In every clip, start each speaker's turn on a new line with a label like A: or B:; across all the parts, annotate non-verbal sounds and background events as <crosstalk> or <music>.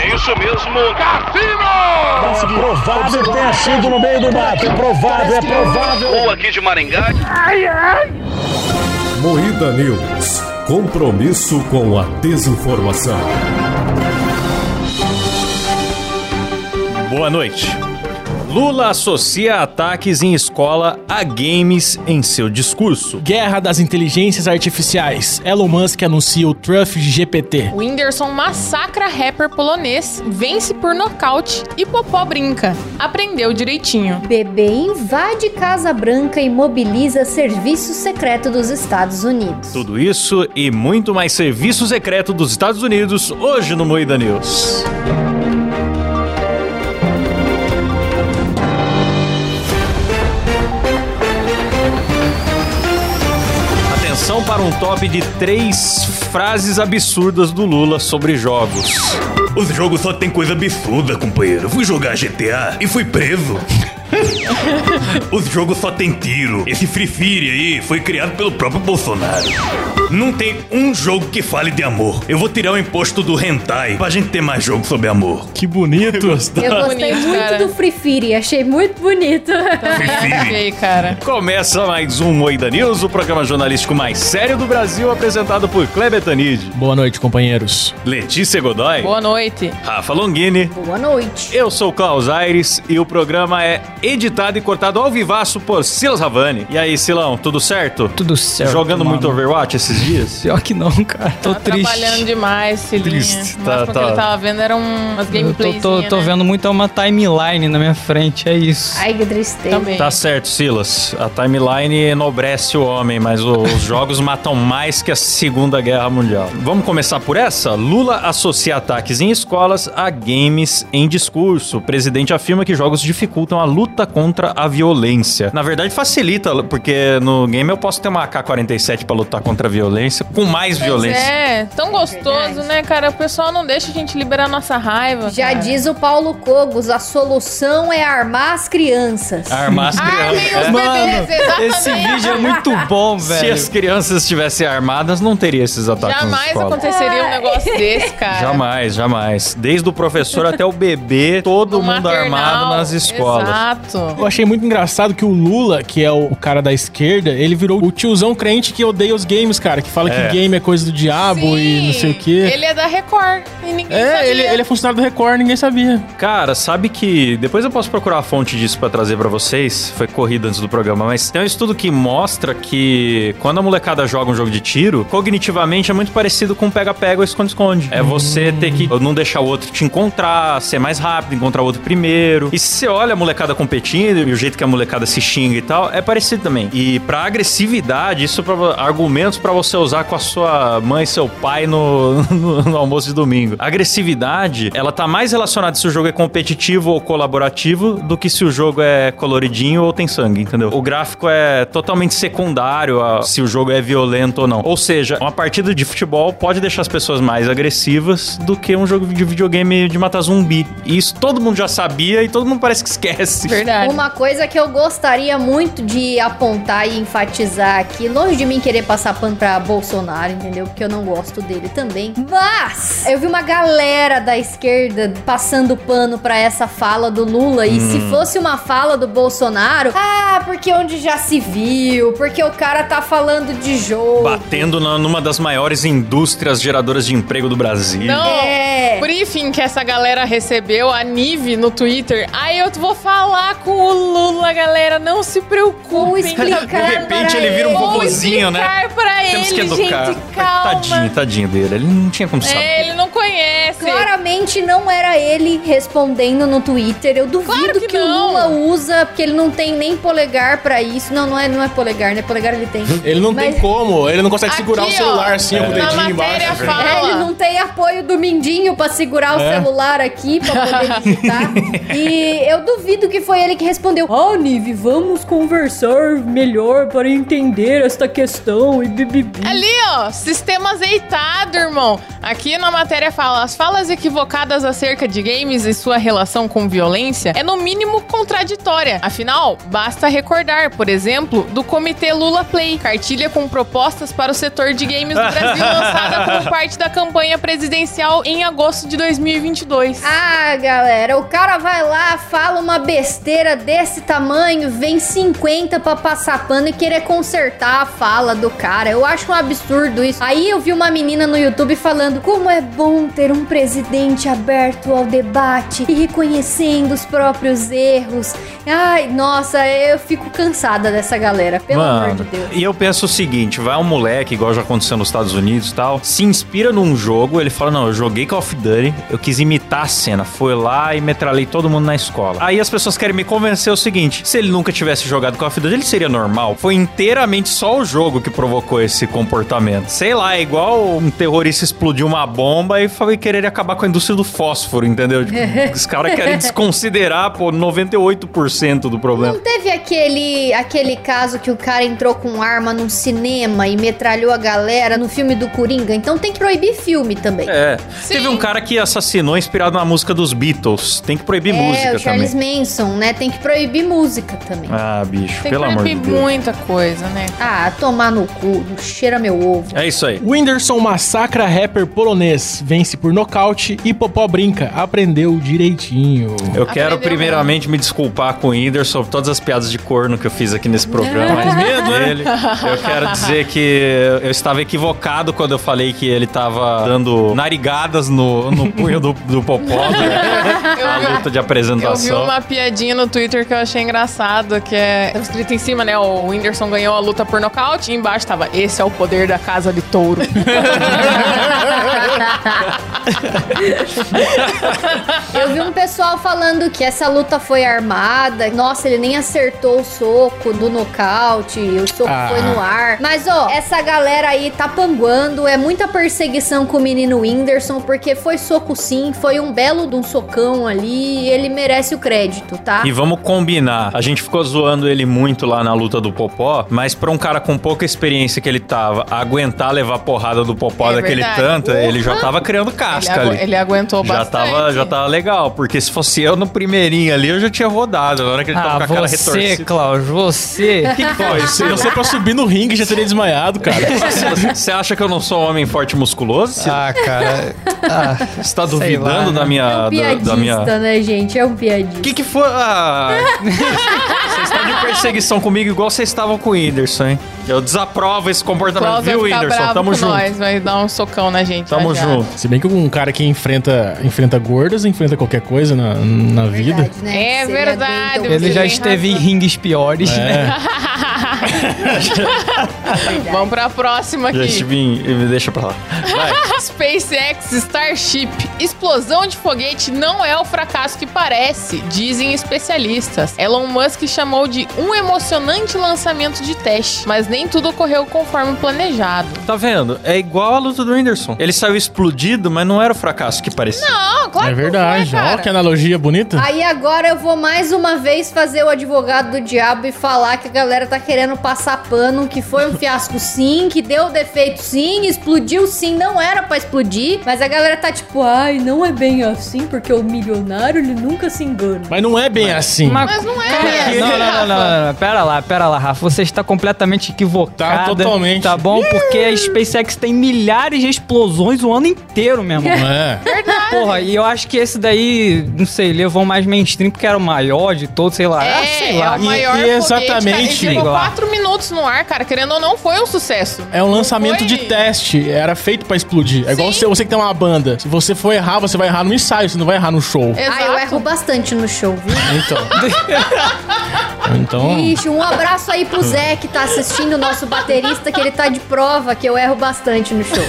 A: É isso mesmo, Cassino!
B: Mas provável tenha sido no meio do mato. É provável, é provável.
A: Ou aqui de Maringá.
C: Moída News. Compromisso com a desinformação.
D: Boa noite. Lula associa ataques em escola a games em seu discurso.
E: Guerra das inteligências artificiais. Elon Musk anuncia o Truff GPT.
F: O Whindersson massacra rapper polonês, vence por nocaute e Popó brinca. Aprendeu direitinho.
G: Bebê invade Casa Branca e mobiliza serviço secreto dos Estados Unidos.
D: Tudo isso e muito mais serviço secreto dos Estados Unidos hoje no Moída News. Atenção para um top de três frases absurdas do Lula sobre jogos.
H: Os jogos só tem coisa absurda, companheiro. Fui jogar GTA e fui preso. Os jogos só tem tiro. Esse Free Fire aí foi criado pelo próprio Bolsonaro. Não tem um jogo que fale de amor. Eu vou tirar o imposto do hentai pra gente ter mais jogo sobre amor.
E: Que bonito.
G: <laughs> Eu gostei
F: Bonito,
G: muito
F: cara. Então,
G: do Free Fire, achei muito bonito.
F: E aí, cara?
D: Começa mais um Moída News, o programa jornalístico mais sério do Brasil, apresentado por Kleber Tanid,
E: Boa noite, companheiros.
D: Letícia Godoy,
F: Boa noite.
D: Rafa Longini.
G: Boa noite.
D: Eu sou o Klaus Aires e o programa é editado e cortado ao vivaço por Silas Havani. E aí, Silão, tudo certo?
I: Tudo certo.
D: Jogando
I: mano.
D: muito Overwatch esses dias?
I: Pior que não, cara. Tô
F: Tá trabalhando
I: triste.
F: demais, Cilinha.
D: Triste,
F: O
D: tá,
F: máximo
D: tá.
F: que ele tava vendo eram umas
I: Eu
F: gameplays.
I: tô, tô, tô
F: né?
I: vendo muito uma timeline na minha frente, é isso.
G: Ai, que tristeza.
F: Também.
D: Tá certo, Silas. A timeline enobrece o homem, mas o- os <laughs> jogos matam mais que a Segunda Guerra Mundial. Vamos começar por essa? Lula associa ataques em escolas a games em discurso. O presidente afirma que jogos dificultam a luta contra a violência. Na verdade, facilita, porque no game eu posso ter uma AK-47 pra lutar contra a violência, com mais violência.
F: É, tão gostoso,
G: Verdade.
F: né, cara? O pessoal não deixa a gente liberar nossa raiva.
G: Já
F: cara.
G: diz o Paulo Cogos, a solução é armar as crianças.
D: Armar as
F: Armem
D: crianças.
F: Ah, os
I: Mano,
F: bebês,
D: tá
F: exatamente.
I: esse vídeo é muito bom,
D: Se
I: velho.
D: as crianças estivessem armadas, não teria esses ataques nas
F: Jamais
D: escolas.
F: aconteceria um negócio desse, cara.
D: Jamais, jamais. Desde o professor até o
F: <laughs>
D: bebê, todo
F: No
D: mundo
F: maternal.
D: armado nas escolas.
F: Exato.
E: Eu achei muito engraçado que o Lula, que é o, o cara da esquerda, ele virou o tiozão crente que odeia os games, cara. Que fala
D: É.
E: que game é coisa do diabo e não sei o quê.
F: Ele é da Record e ninguém
E: É,
F: sabia.
E: ele, ele é funcionário do Record, ninguém sabia.
D: Cara, sabe que depois eu posso procurar a fonte disso pra trazer pra vocês. Foi corrida antes do programa, mas tem um estudo que mostra que quando a molecada joga um jogo de tiro, cognitivamente é muito parecido com pega-pega ou esconde-esconde. É você ter que não deixar o outro te encontrar, ser mais rápido, encontrar o outro primeiro. E se você olha a molecada competindo e o jeito que a molecada se xinga e tal, é parecido também. E pra agressividade, isso pra argumentos pra você usar com a sua mãe e seu pai no, <laughs> no- no almoço de domingo. A agressividade, ela tá mais relacionada se o jogo é competitivo ou colaborativo do que se o jogo é coloridinho ou tem sangue, entendeu? O gráfico é totalmente secundário a se o jogo é violento ou não. Ou seja, uma partida de futebol pode deixar as pessoas mais agressivas do que um jogo de videogame de matar zumbi. E isso todo mundo já sabia e todo mundo parece que esquece.
F: É Verdade.
G: Uma coisa que eu gostaria muito de apontar e enfatizar aqui, longe de mim querer passar pano pra Bolsonaro, entendeu? Porque eu não gosto dele também. Mas eu vi uma galera da esquerda passando pano pra essa fala do Lula e
D: Hum.
G: se fosse uma fala do Bolsonaro, ah, porque onde já se viu, porque o cara tá falando de jogo.
D: Batendo na- numa das maiores indústrias geradoras de emprego do Brasil.
F: Não.
G: É.
F: briefing que essa galera recebeu, a Nive no Twitter. Aí eu vou falar com o Lula, galera. Não se
G: Vou um
F: preocupem.
G: explicar
D: De repente
G: para
D: ele vira um
F: Vou
D: vovozinho, né?
F: explicar pra
D: Temos
F: ele,
D: que educar.
F: gente. Calma.
D: Tadinho, tadinho dele. Ele não tinha como saber.
F: É, ele não conhece.
G: Claramente não era ele respondendo no Twitter. Eu duvido
F: Claro que
G: que, o
F: não.
G: Lula usa, porque ele não tem nem polegar pra isso. Não, não é, não é polegar, né? Polegar ele tem.
E: <laughs> Ele não
G: Mas-
E: tem como, ele não consegue segurar
F: Aqui,
E: o celular
F: ó,
E: assim, com o
F: na
E: dedinho
F: matéria
E: embaixo.
F: fala.
G: É, ele não tem apoio do Mindinho pra segurar o
E: É.
G: celular aqui, pra poder
E: <laughs>
G: digitar. e eu duvido que foi ele que respondeu. Ah, Nive, vamos conversar melhor para entender esta questão e bibibi.
F: Ali, ó, sistema azeitado, irmão. Aqui na matéria fala, as falas colocadas acerca de games e sua relação com violência é no mínimo contraditória. Afinal, basta recordar, por exemplo, do Comitê Lula Play, cartilha com propostas para o setor de
D: <laughs>
F: games do Brasil lançada como parte da campanha presidencial em agosto de 2022.
G: Ah, galera, o cara vai lá, fala uma besteira desse tamanho, vem 50 pra passar pano e querer consertar a fala do cara. Eu acho um absurdo isso. Aí eu vi uma menina no YouTube falando como é bom ter um presidente aberto ao debate e reconhecendo os próprios erros. Ai, nossa, eu fico cansada dessa galera, pelo amor de Deus.
D: E eu penso o seguinte: vai um moleque, igual já aconteceu nos Estados Unidos e tal, se inspira num jogo, ele fala: Não, eu joguei Call of Duty, eu quis imitar a cena, fui lá e metralhei todo mundo na escola. Aí as pessoas querem me convencer o seguinte: se ele nunca tivesse jogado Call of Duty, ele seria normal. Foi inteiramente só o jogo que provocou esse comportamento. Sei lá, é igual um terrorista explodiu uma bomba e foi querer acabar com a indústria do fósforo, entendeu?
G: <laughs>
D: Tipo, os caras querem desconsiderar, pô, 98% do problema.
G: Não teve aquele, aquele caso que o cara entrou com arma num cinema e metralhou a galera no filme do Coringa? Então tem que proibir filme também.
D: É.
F: Sim.
D: Teve um cara que assassinou inspirado na música dos Beatles. Tem que proibir
G: É,
D: música
G: o Charles
D: também.
G: Manson, né? Tem que proibir música também.
D: Ah, bicho,
F: Tem que
D: pelo amor de
F: proibir
D: Deus.
F: muita coisa,
D: <laughs>
F: né?
G: Ah, tomar no cu, cheira meu ovo.
D: É isso aí.
E: Whindersson massacra rapper polonês, vence por nocaute e Popó brinca, aprendeu direitinho.
D: Eu quero
F: Aprendeu
D: primeiramente me desculpar com o Inder sobre todas as piadas de corno que eu fiz aqui nesse programa. Mas medo,
F: né?
D: dele. Eu quero dizer que eu estava equivocado quando eu falei que ele estava dando narigadas no, no punho do, do Popó,
F: <laughs>
D: né?
F: Eu vi-
D: a luta de
F: Eu vi
D: apresentação.
F: uma piadinha no Twitter que eu achei engraçado, que é. Tava escrito em cima, né? O Whindersson ganhou a luta por nocaute e embaixo tava: Esse é o poder da casa de
D: <laughs>
F: touro.
G: Eu vi um pessoal falando que essa luta foi armada. Nossa, ele nem acertou o soco do nocaute, o soco
E: Ah.
G: foi no ar. Mas, ó, essa galera aí tá panguando, é muita perseguição com o menino Whindersson, porque foi soco sim, foi um belo de um socão ali, e ele merece o crédito, tá?
D: E vamos combinar, a gente ficou zoando ele muito lá na luta do Popó, mas pra um cara com pouca experiência que ele tava, aguentar levar porrada do Popó
F: É
D: daquele
F: verdade.
D: tanto,
F: Uhum.
D: ele já tava criando
F: ele,
D: casca
F: agu-
D: ali.
F: ele aguentou
D: Já
F: bastante.
D: tava, já tava legal, porque se fosse eu no primeirinho ali, eu já tinha rodado. Na hora que ele tava
I: Ah,
D: com aquela
I: você,
D: retorcida.
I: Cláudio,
F: <laughs>
I: você.
D: Que
I: <laughs>
D: foi
E: Se você pra subir no ringue já teria desmaiado, cara.
D: Você- Você acha que eu não sou um homem forte e musculoso? Você
I: Ah, cara. Ah,
D: tá
I: sei lá,
D: duvidando
I: né?
D: da minha.
G: É um
D: da,
G: piadista,
D: da minha.
G: né, gente? É um piadista.
D: O que que foi? <laughs> Ah, Você está de perseguição comigo igual vocês estavam com o Whindersson, hein? Eu desaprovo esse
F: O
D: comportamento,
F: Klaus vai
D: viu,
F: ficar
D: Whindersson?
F: bravo
D: Tamo
F: com
D: junto.
F: nós, vai dar um socão na gente.
D: Tamo
F: já, já.
D: junto.
E: Se bem que um cara que enfrenta, enfrenta gordas, enfrenta qualquer coisa na, na vida.
G: Verdade, né?
F: É
G: Se ele
F: verdade,
G: aguenta um-
I: ele
F: Você
I: já
F: tem
I: esteve em
F: razão.
I: ringues piores.
F: <laughs>
E: É,
F: <laughs>
I: né?
F: Vamos pra próxima aqui.
D: Gente, vim, me deixa pra lá.
F: SpaceX Starship. Explosão de foguete não é o fracasso que parece, dizem especialistas. Elon Musk chamou de um emocionante lançamento de teste, mas nem tudo ocorreu conforme planejado.
D: Tá vendo? É igual a luta do Whindersson. Ele saiu explodido, mas não era o fracasso que parecia.
F: Não, Ah, claro
E: É verdade.
F: que não foi,
E: Ó,
F: cara.
E: que analogia bonita.
G: Aí agora eu vou mais uma vez fazer o advogado do diabo e falar que a galera tá querendo passar pano, que foi um fiasco sim, que deu defeito sim, explodiu sim, não era pra explodir, mas a galera tá tipo, ai, não é bem assim, porque o milionário ele nunca se engana.
E: Mas não é bem assim.
F: Mas não é
I: Cara,
F: mesmo,
I: não, não, não, não, não, não. Pera lá, pera lá, Rafa. Você está completamente equivocado.
E: Tá, totalmente.
I: Tá bom? Porque a SpaceX tem milhares de explosões o ano inteiro, meu irmão.
E: Não é.
I: Porra, e eu acho que esse daí, não sei, levou mais mainstream porque era o maior de todos, sei lá. ah,
F: É,
I: sei
F: é
I: lá.
F: o maior
E: e
F: foguete, cara. Ele
E: exatamente-
F: ficou
I: Sei lá.
F: quatro minutos no ar, cara. Querendo ou não, foi um sucesso.
E: É um lançamento
F: Foi-
E: de teste, era feito pra explodir. É igual
F: Sim.
E: você, você que tem uma banda. Se você for errar, você vai errar no ensaio, você não vai errar no show.
F: Exato.
G: Ah, eu erro bastante no show, viu?
E: Então. então.
G: Ixi, um abraço aí pro Zé que tá assistindo o nosso baterista, que ele tá de prova, que eu erro bastante no show.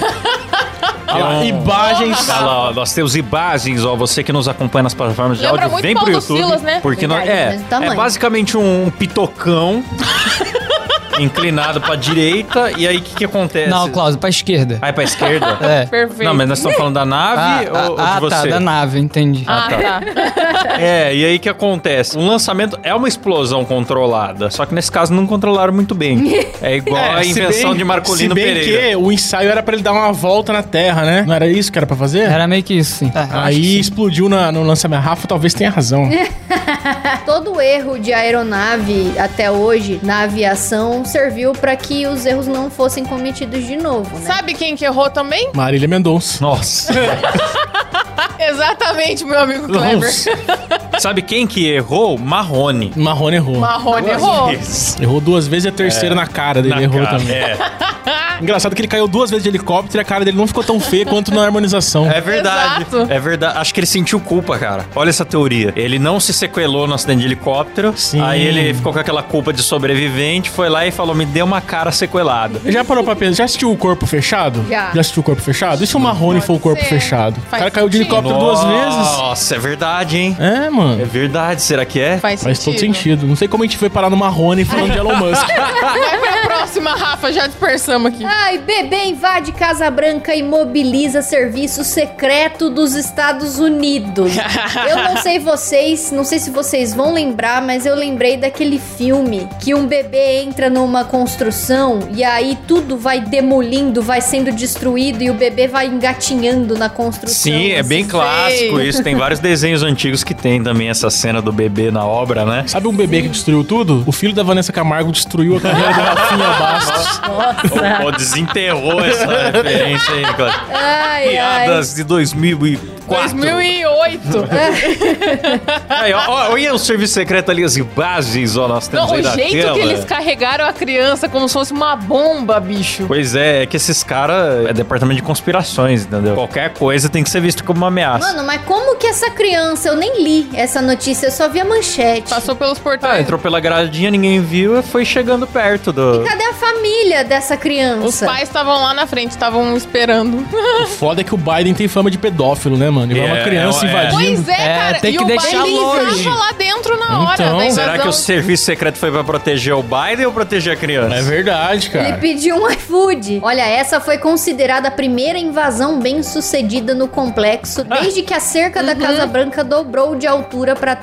E: Olha lá, imagens.
D: um- Olha lá, ó, nós temos imagens, ó, você que nos acompanha nas plataformas de
F: Lembra
D: áudio,
F: muito
D: vem pro
F: Paulo
D: YouTube. é,
F: Silas, né?
D: Porque nós-
G: Verdade, do
D: é,
G: mesmo
F: <laughs>
G: tamanho.
D: é basicamente um pitocão inclinado pra direita, e aí o que, que
I: <laughs>
D: acontece?
I: Não, Cláudio, pra esquerda.
D: Aí pra
E: <laughs>
D: esquerda?
I: É.
F: Perfeito.
D: Não, mas nós estamos falando da nave
I: ah,
D: ou, ou
I: ah,
D: de você?
I: tá, da nave, entendi.
F: Ah, tá.
D: É, e aí o que acontece? Um lançamento é uma explosão controlada, só que nesse caso não controlaram muito
F: <laughs>
D: bem. É igual
E: É,
D: a
E: se
D: invenção
E: bem-
D: de Marcolino
E: se bem
D: Pereira.
E: que o ensaio era pra ele dar uma volta na Terra, né? Não era isso que era pra fazer?
I: Era meio que isso, sim. É, acho que
E: Aí explodiu na- no lançamento. Rafa talvez tenha
F: <laughs>
E: razão.
G: Todo erro de aeronave até hoje na aviação serviu pra que os erros não fossem cometidos de novo, né?
F: Sabe quem que errou também?
E: Marília Mendonça. <laughs>
D: Nossa.
F: Exatamente, meu amigo Kleber.
E: Nossa.
D: Sabe quem que errou? Marrone.
E: Marrone errou.
F: Marrone errou.
E: Errou duas vezes e a terceira na cara dele
D: É, Na
E: errou
D: cara,
E: também.
D: É,
E: Engraçado que ele caiu duas vezes de helicóptero e a cara dele não ficou tão feia quanto na harmonização.
D: É verdade.
F: Exato.
D: É verdade. Acho que ele sentiu culpa, cara. Olha essa teoria. Ele não se sequelou no acidente de helicóptero.
E: Sim.
D: Aí ele ficou com aquela culpa de sobrevivente, foi lá e falou: me deu uma cara sequelada.
E: Já parou pra pensar? Já assistiu o corpo fechado?
G: Já.
E: assistiu o corpo fechado? E se o Marrone
F: Pode
E: for o corpo
F: ser.
E: fechado? o
F: Faz
E: cara caiu de
F: sentido.
E: helicóptero duas vezes.
D: Nossa, é verdade, hein?
E: É,
D: É
E: mano.
D: verdade, será que é?
F: Faz,
E: Faz todo sentido. Não sei como a gente foi parar no Marrone falando de Elon
F: <laughs>
E: Musk.
F: Vai pra próxima, Rafa. Já dispersamos aqui.
G: Ai, bebê invade Casa Branca e mobiliza serviço secreto dos Estados Unidos. eu não sei vocês, não sei se vocês vão lembrar, mas eu lembrei daquele filme que um bebê entra numa construção e aí tudo vai demolindo, vai sendo destruído e o bebê vai engatinhando na
F: um
G: construção.
D: Sim, é bem
G: assim.
D: clássico isso.
F: <laughs>
D: Tem vários desenhos antigos que tem também essa cena do bebê na obra, né?
E: Sabe um bebê que destruiu tudo? O filho da Vanessa Camargo destruiu a carreira do Rafinha
D: é
E: Bastos.
D: Ou, ou desenterrou essa
F: <laughs>
D: referência aí, cara.
G: Ai, ai.
D: Piadas de 2004.
F: 2008.
D: Aí, ó, ó, olha o serviço secreto ali, as bases, ó, nós temos
F: Não,
D: aí
F: o
D: na
F: jeito
D: tela.
F: que eles carregaram a criança como se fosse uma bomba, bicho.
D: Pois é, é que esses caras é departamento de conspirações, entendeu? Qualquer coisa tem que ser visto como uma ameaça.
G: Mano, mas como que essa criança? Eu nem li essa notícia, eu só vi a manchete.
F: Passou pelos
D: Ah,
F: portões.
D: entrou pela gradinha, ninguém viu, e foi chegando perto do.
G: Cadê a família dessa criança?
F: Os pais estavam lá na frente, estavam esperando.
E: O foda é que o Biden tem fama de pedófilo, né, mano? E vai
D: É,
E: uma criança
D: é.
E: invadindo.
F: Pois é,
I: É,
F: cara.
I: tem
F: e
I: que
F: o
I: deixar
F: Biden
I: longe.
F: tava lá dentro na hora
E: Então,
F: da invasão.
D: Será que o serviço secreto foi pra proteger o Biden ou proteger a criança?
E: É verdade,
G: Ele
E: cara.
G: pediu um iFood. Olha, essa foi considerada a primeira invasão bem sucedida no complexo,
F: Ah.
G: desde que a cerca
F: Uhum.
G: da Casa Branca dobrou de altura para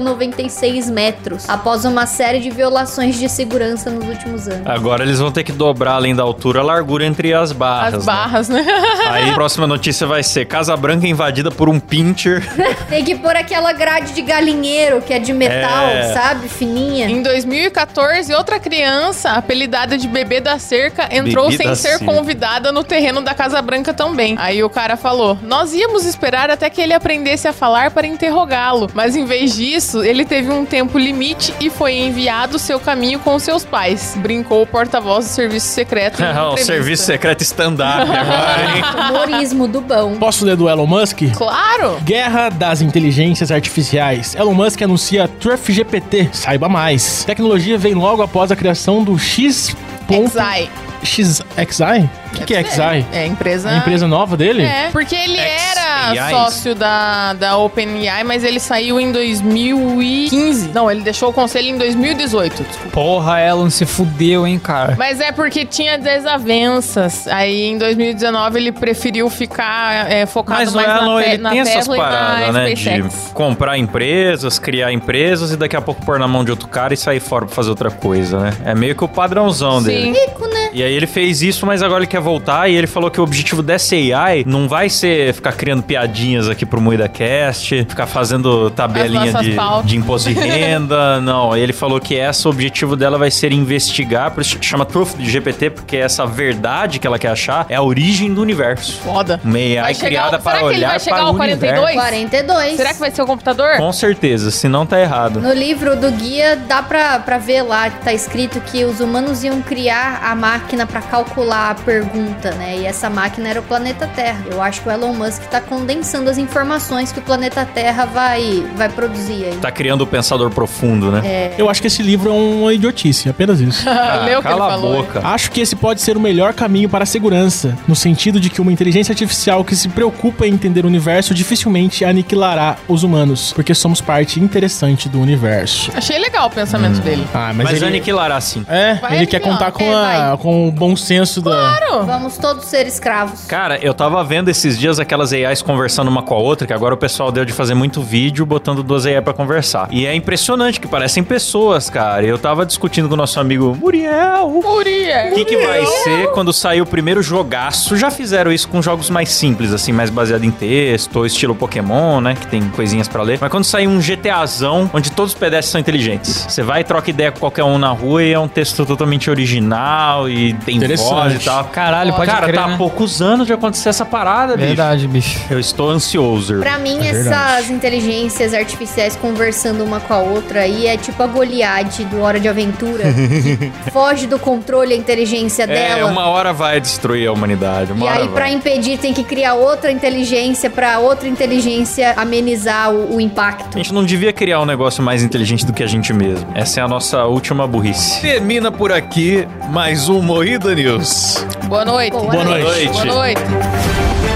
G: 3,96 metros, após uma série de violações de segurança nos últimos anos.
D: Agora eles vão ter que dobrar além da altura a largura entre as barras.
F: As
D: né?
F: barras, né? <laughs>
D: Aí a próxima notícia vai ser Casa Branca invadida por um
F: <laughs>
D: pincher.
F: Ah.
G: Tem que pôr aquela grade de galinheiro, que é de metal,
D: É.
G: sabe? Fininha.
F: Em 2014, outra criança, apelidada de Bebê da Cerca, entrou
D: Bebê
F: sem
D: da
F: ser
D: Cerca.
F: convidada no terreno da Casa Branca também. Aí o cara falou: Nós íamos esperar até que ele aprendesse a falar para interrogá-lo, mas em vez disso, ele teve um tempo limite e foi enviado seu caminho com seus pais. Brincou o porta-voz do serviço secreto.
D: <laughs>
F: em
D: É, o
F: entrevista.
D: serviço secreto stand-up agora, hein?
G: Humorismo do bom.
E: Posso ler do Elon Musk?
F: Claro!
E: Guerra das Inteligências Artificiais. Elon Musk anuncia Truff GPT. Saiba mais. Tecnologia vem logo após a criação do X.
F: XI.
E: X. XI? O que, que é XI?
F: É, empresa.
E: É a empresa nova dele?
F: É, porque ele era
D: XAIs.
F: sócio da, da OpenAI, mas ele saiu em 2015. Não, ele deixou o conselho em 2018, desculpa.
I: Porra, Elon se fudeu, hein, cara.
F: Mas é porque tinha desavenças. Aí em 2019 ele preferiu ficar é, focado
D: Mas o
F: mais
D: Elon,
F: na, te-
D: ele
F: na
D: tem
F: Tesla
D: essas
F: e
D: paradas,
F: na
D: né?
F: SpaceX.
D: De comprar empresas, criar empresas e daqui a pouco pôr na mão de outro cara e sair fora pra fazer outra coisa, né? É meio que o padrãozão
F: Sim.
D: dele.
G: Rico, né?
D: E aí ele fez isso, mas agora ele quer voltar e ele falou que o objetivo dessa AI não vai ser ficar criando piadinhas aqui pro MuidaCast, ficar fazendo
F: As
D: tabelinha
F: nossas
D: de,
F: pautas.
D: de imposto de
F: <laughs>
D: renda, não. Ele falou que essa, o objetivo dela vai ser investigar, por isso que chama Truth de GPT, porque essa verdade que ela quer achar é a origem do universo.
F: Foda.
D: Uma AI
F: Vai chegar
D: criada
F: ao-
D: para
F: será que ele
D: olhar
F: vai chegar
D: para
F: ao
D: o
F: 42?
D: universo.
G: 42.
F: Será que vai ser o computador?
D: Com certeza, se não tá errado.
G: No livro do guia dá pra, pra ver lá, tá escrito que os humanos iam criar a máquina máquina pra calcular a pergunta, né? E essa máquina era o planeta Terra. Eu acho que o Elon Musk tá condensando as informações que o planeta Terra vai, vai produzir aí.
D: Tá criando o pensador profundo, né?
E: Eu acho que esse livro é uma idiotice, apenas isso.
F: <laughs>
D: Ah,
F: Leu é o que ele
D: cala a
F: falou.
D: boca.
E: Acho que esse pode ser o melhor caminho para a segurança, no sentido de que uma inteligência artificial que se preocupa em entender o universo dificilmente aniquilará os humanos, porque somos parte interessante do universo.
F: Achei legal o
D: Hum.
F: pensamento dele.
E: Ah,
D: Mas, aniquilará sim.
E: É,
F: Vai
E: ele quer contar
F: aniquilar.
E: com,
G: É,
E: a- com o bom senso da.
F: Claro.
G: Vamos todos ser escravos.
D: Cara, eu tava vendo esses dias aquelas AIs conversando uma com a outra, que agora o pessoal deu de fazer muito vídeo botando duas AI pra conversar. E é impressionante que parecem pessoas, cara. Eu tava discutindo com o nosso amigo Muriel.
F: Uria.
D: O que, que vai ser quando sair o primeiro jogaço? Já fizeram isso com jogos mais simples, assim, mais baseado em texto, ou estilo Pokémon, né? Que tem coisinhas pra ler. Mas quando sair um GTAzão, onde todos os pedestres são inteligentes. Você vai e troca ideia com qualquer um na rua e é um texto totalmente original e tem voz e
E: Interessante.
D: tal.
I: Caralho, pode
D: Cara,
I: crer,
D: tá há
I: né?
D: poucos anos de acontecer essa parada, bicho.
I: Verdade, bicho.
D: Eu estou ansioso.
G: Pra mim,
E: É verdade.
G: essas inteligências artificiais conversando uma com a outra aí é tipo a Goliade do Hora
D: <laughs>
G: de Aventura. que foge do controle a inteligência
D: É,
G: dela.
D: uma hora vai destruir a humanidade. Uma
G: E
D: hora
G: aí, pra
D: vai.
G: impedir, tem que criar outra inteligência pra outra inteligência amenizar o, o
D: A
G: impacto.
D: gente não devia criar um negócio mais inteligente do que a gente mesmo. Essa é a nossa última burrice. Termina por aqui mais um Morrida News.
F: Boa noite.
G: Boa
F: Boa
D: noite.
F: noite.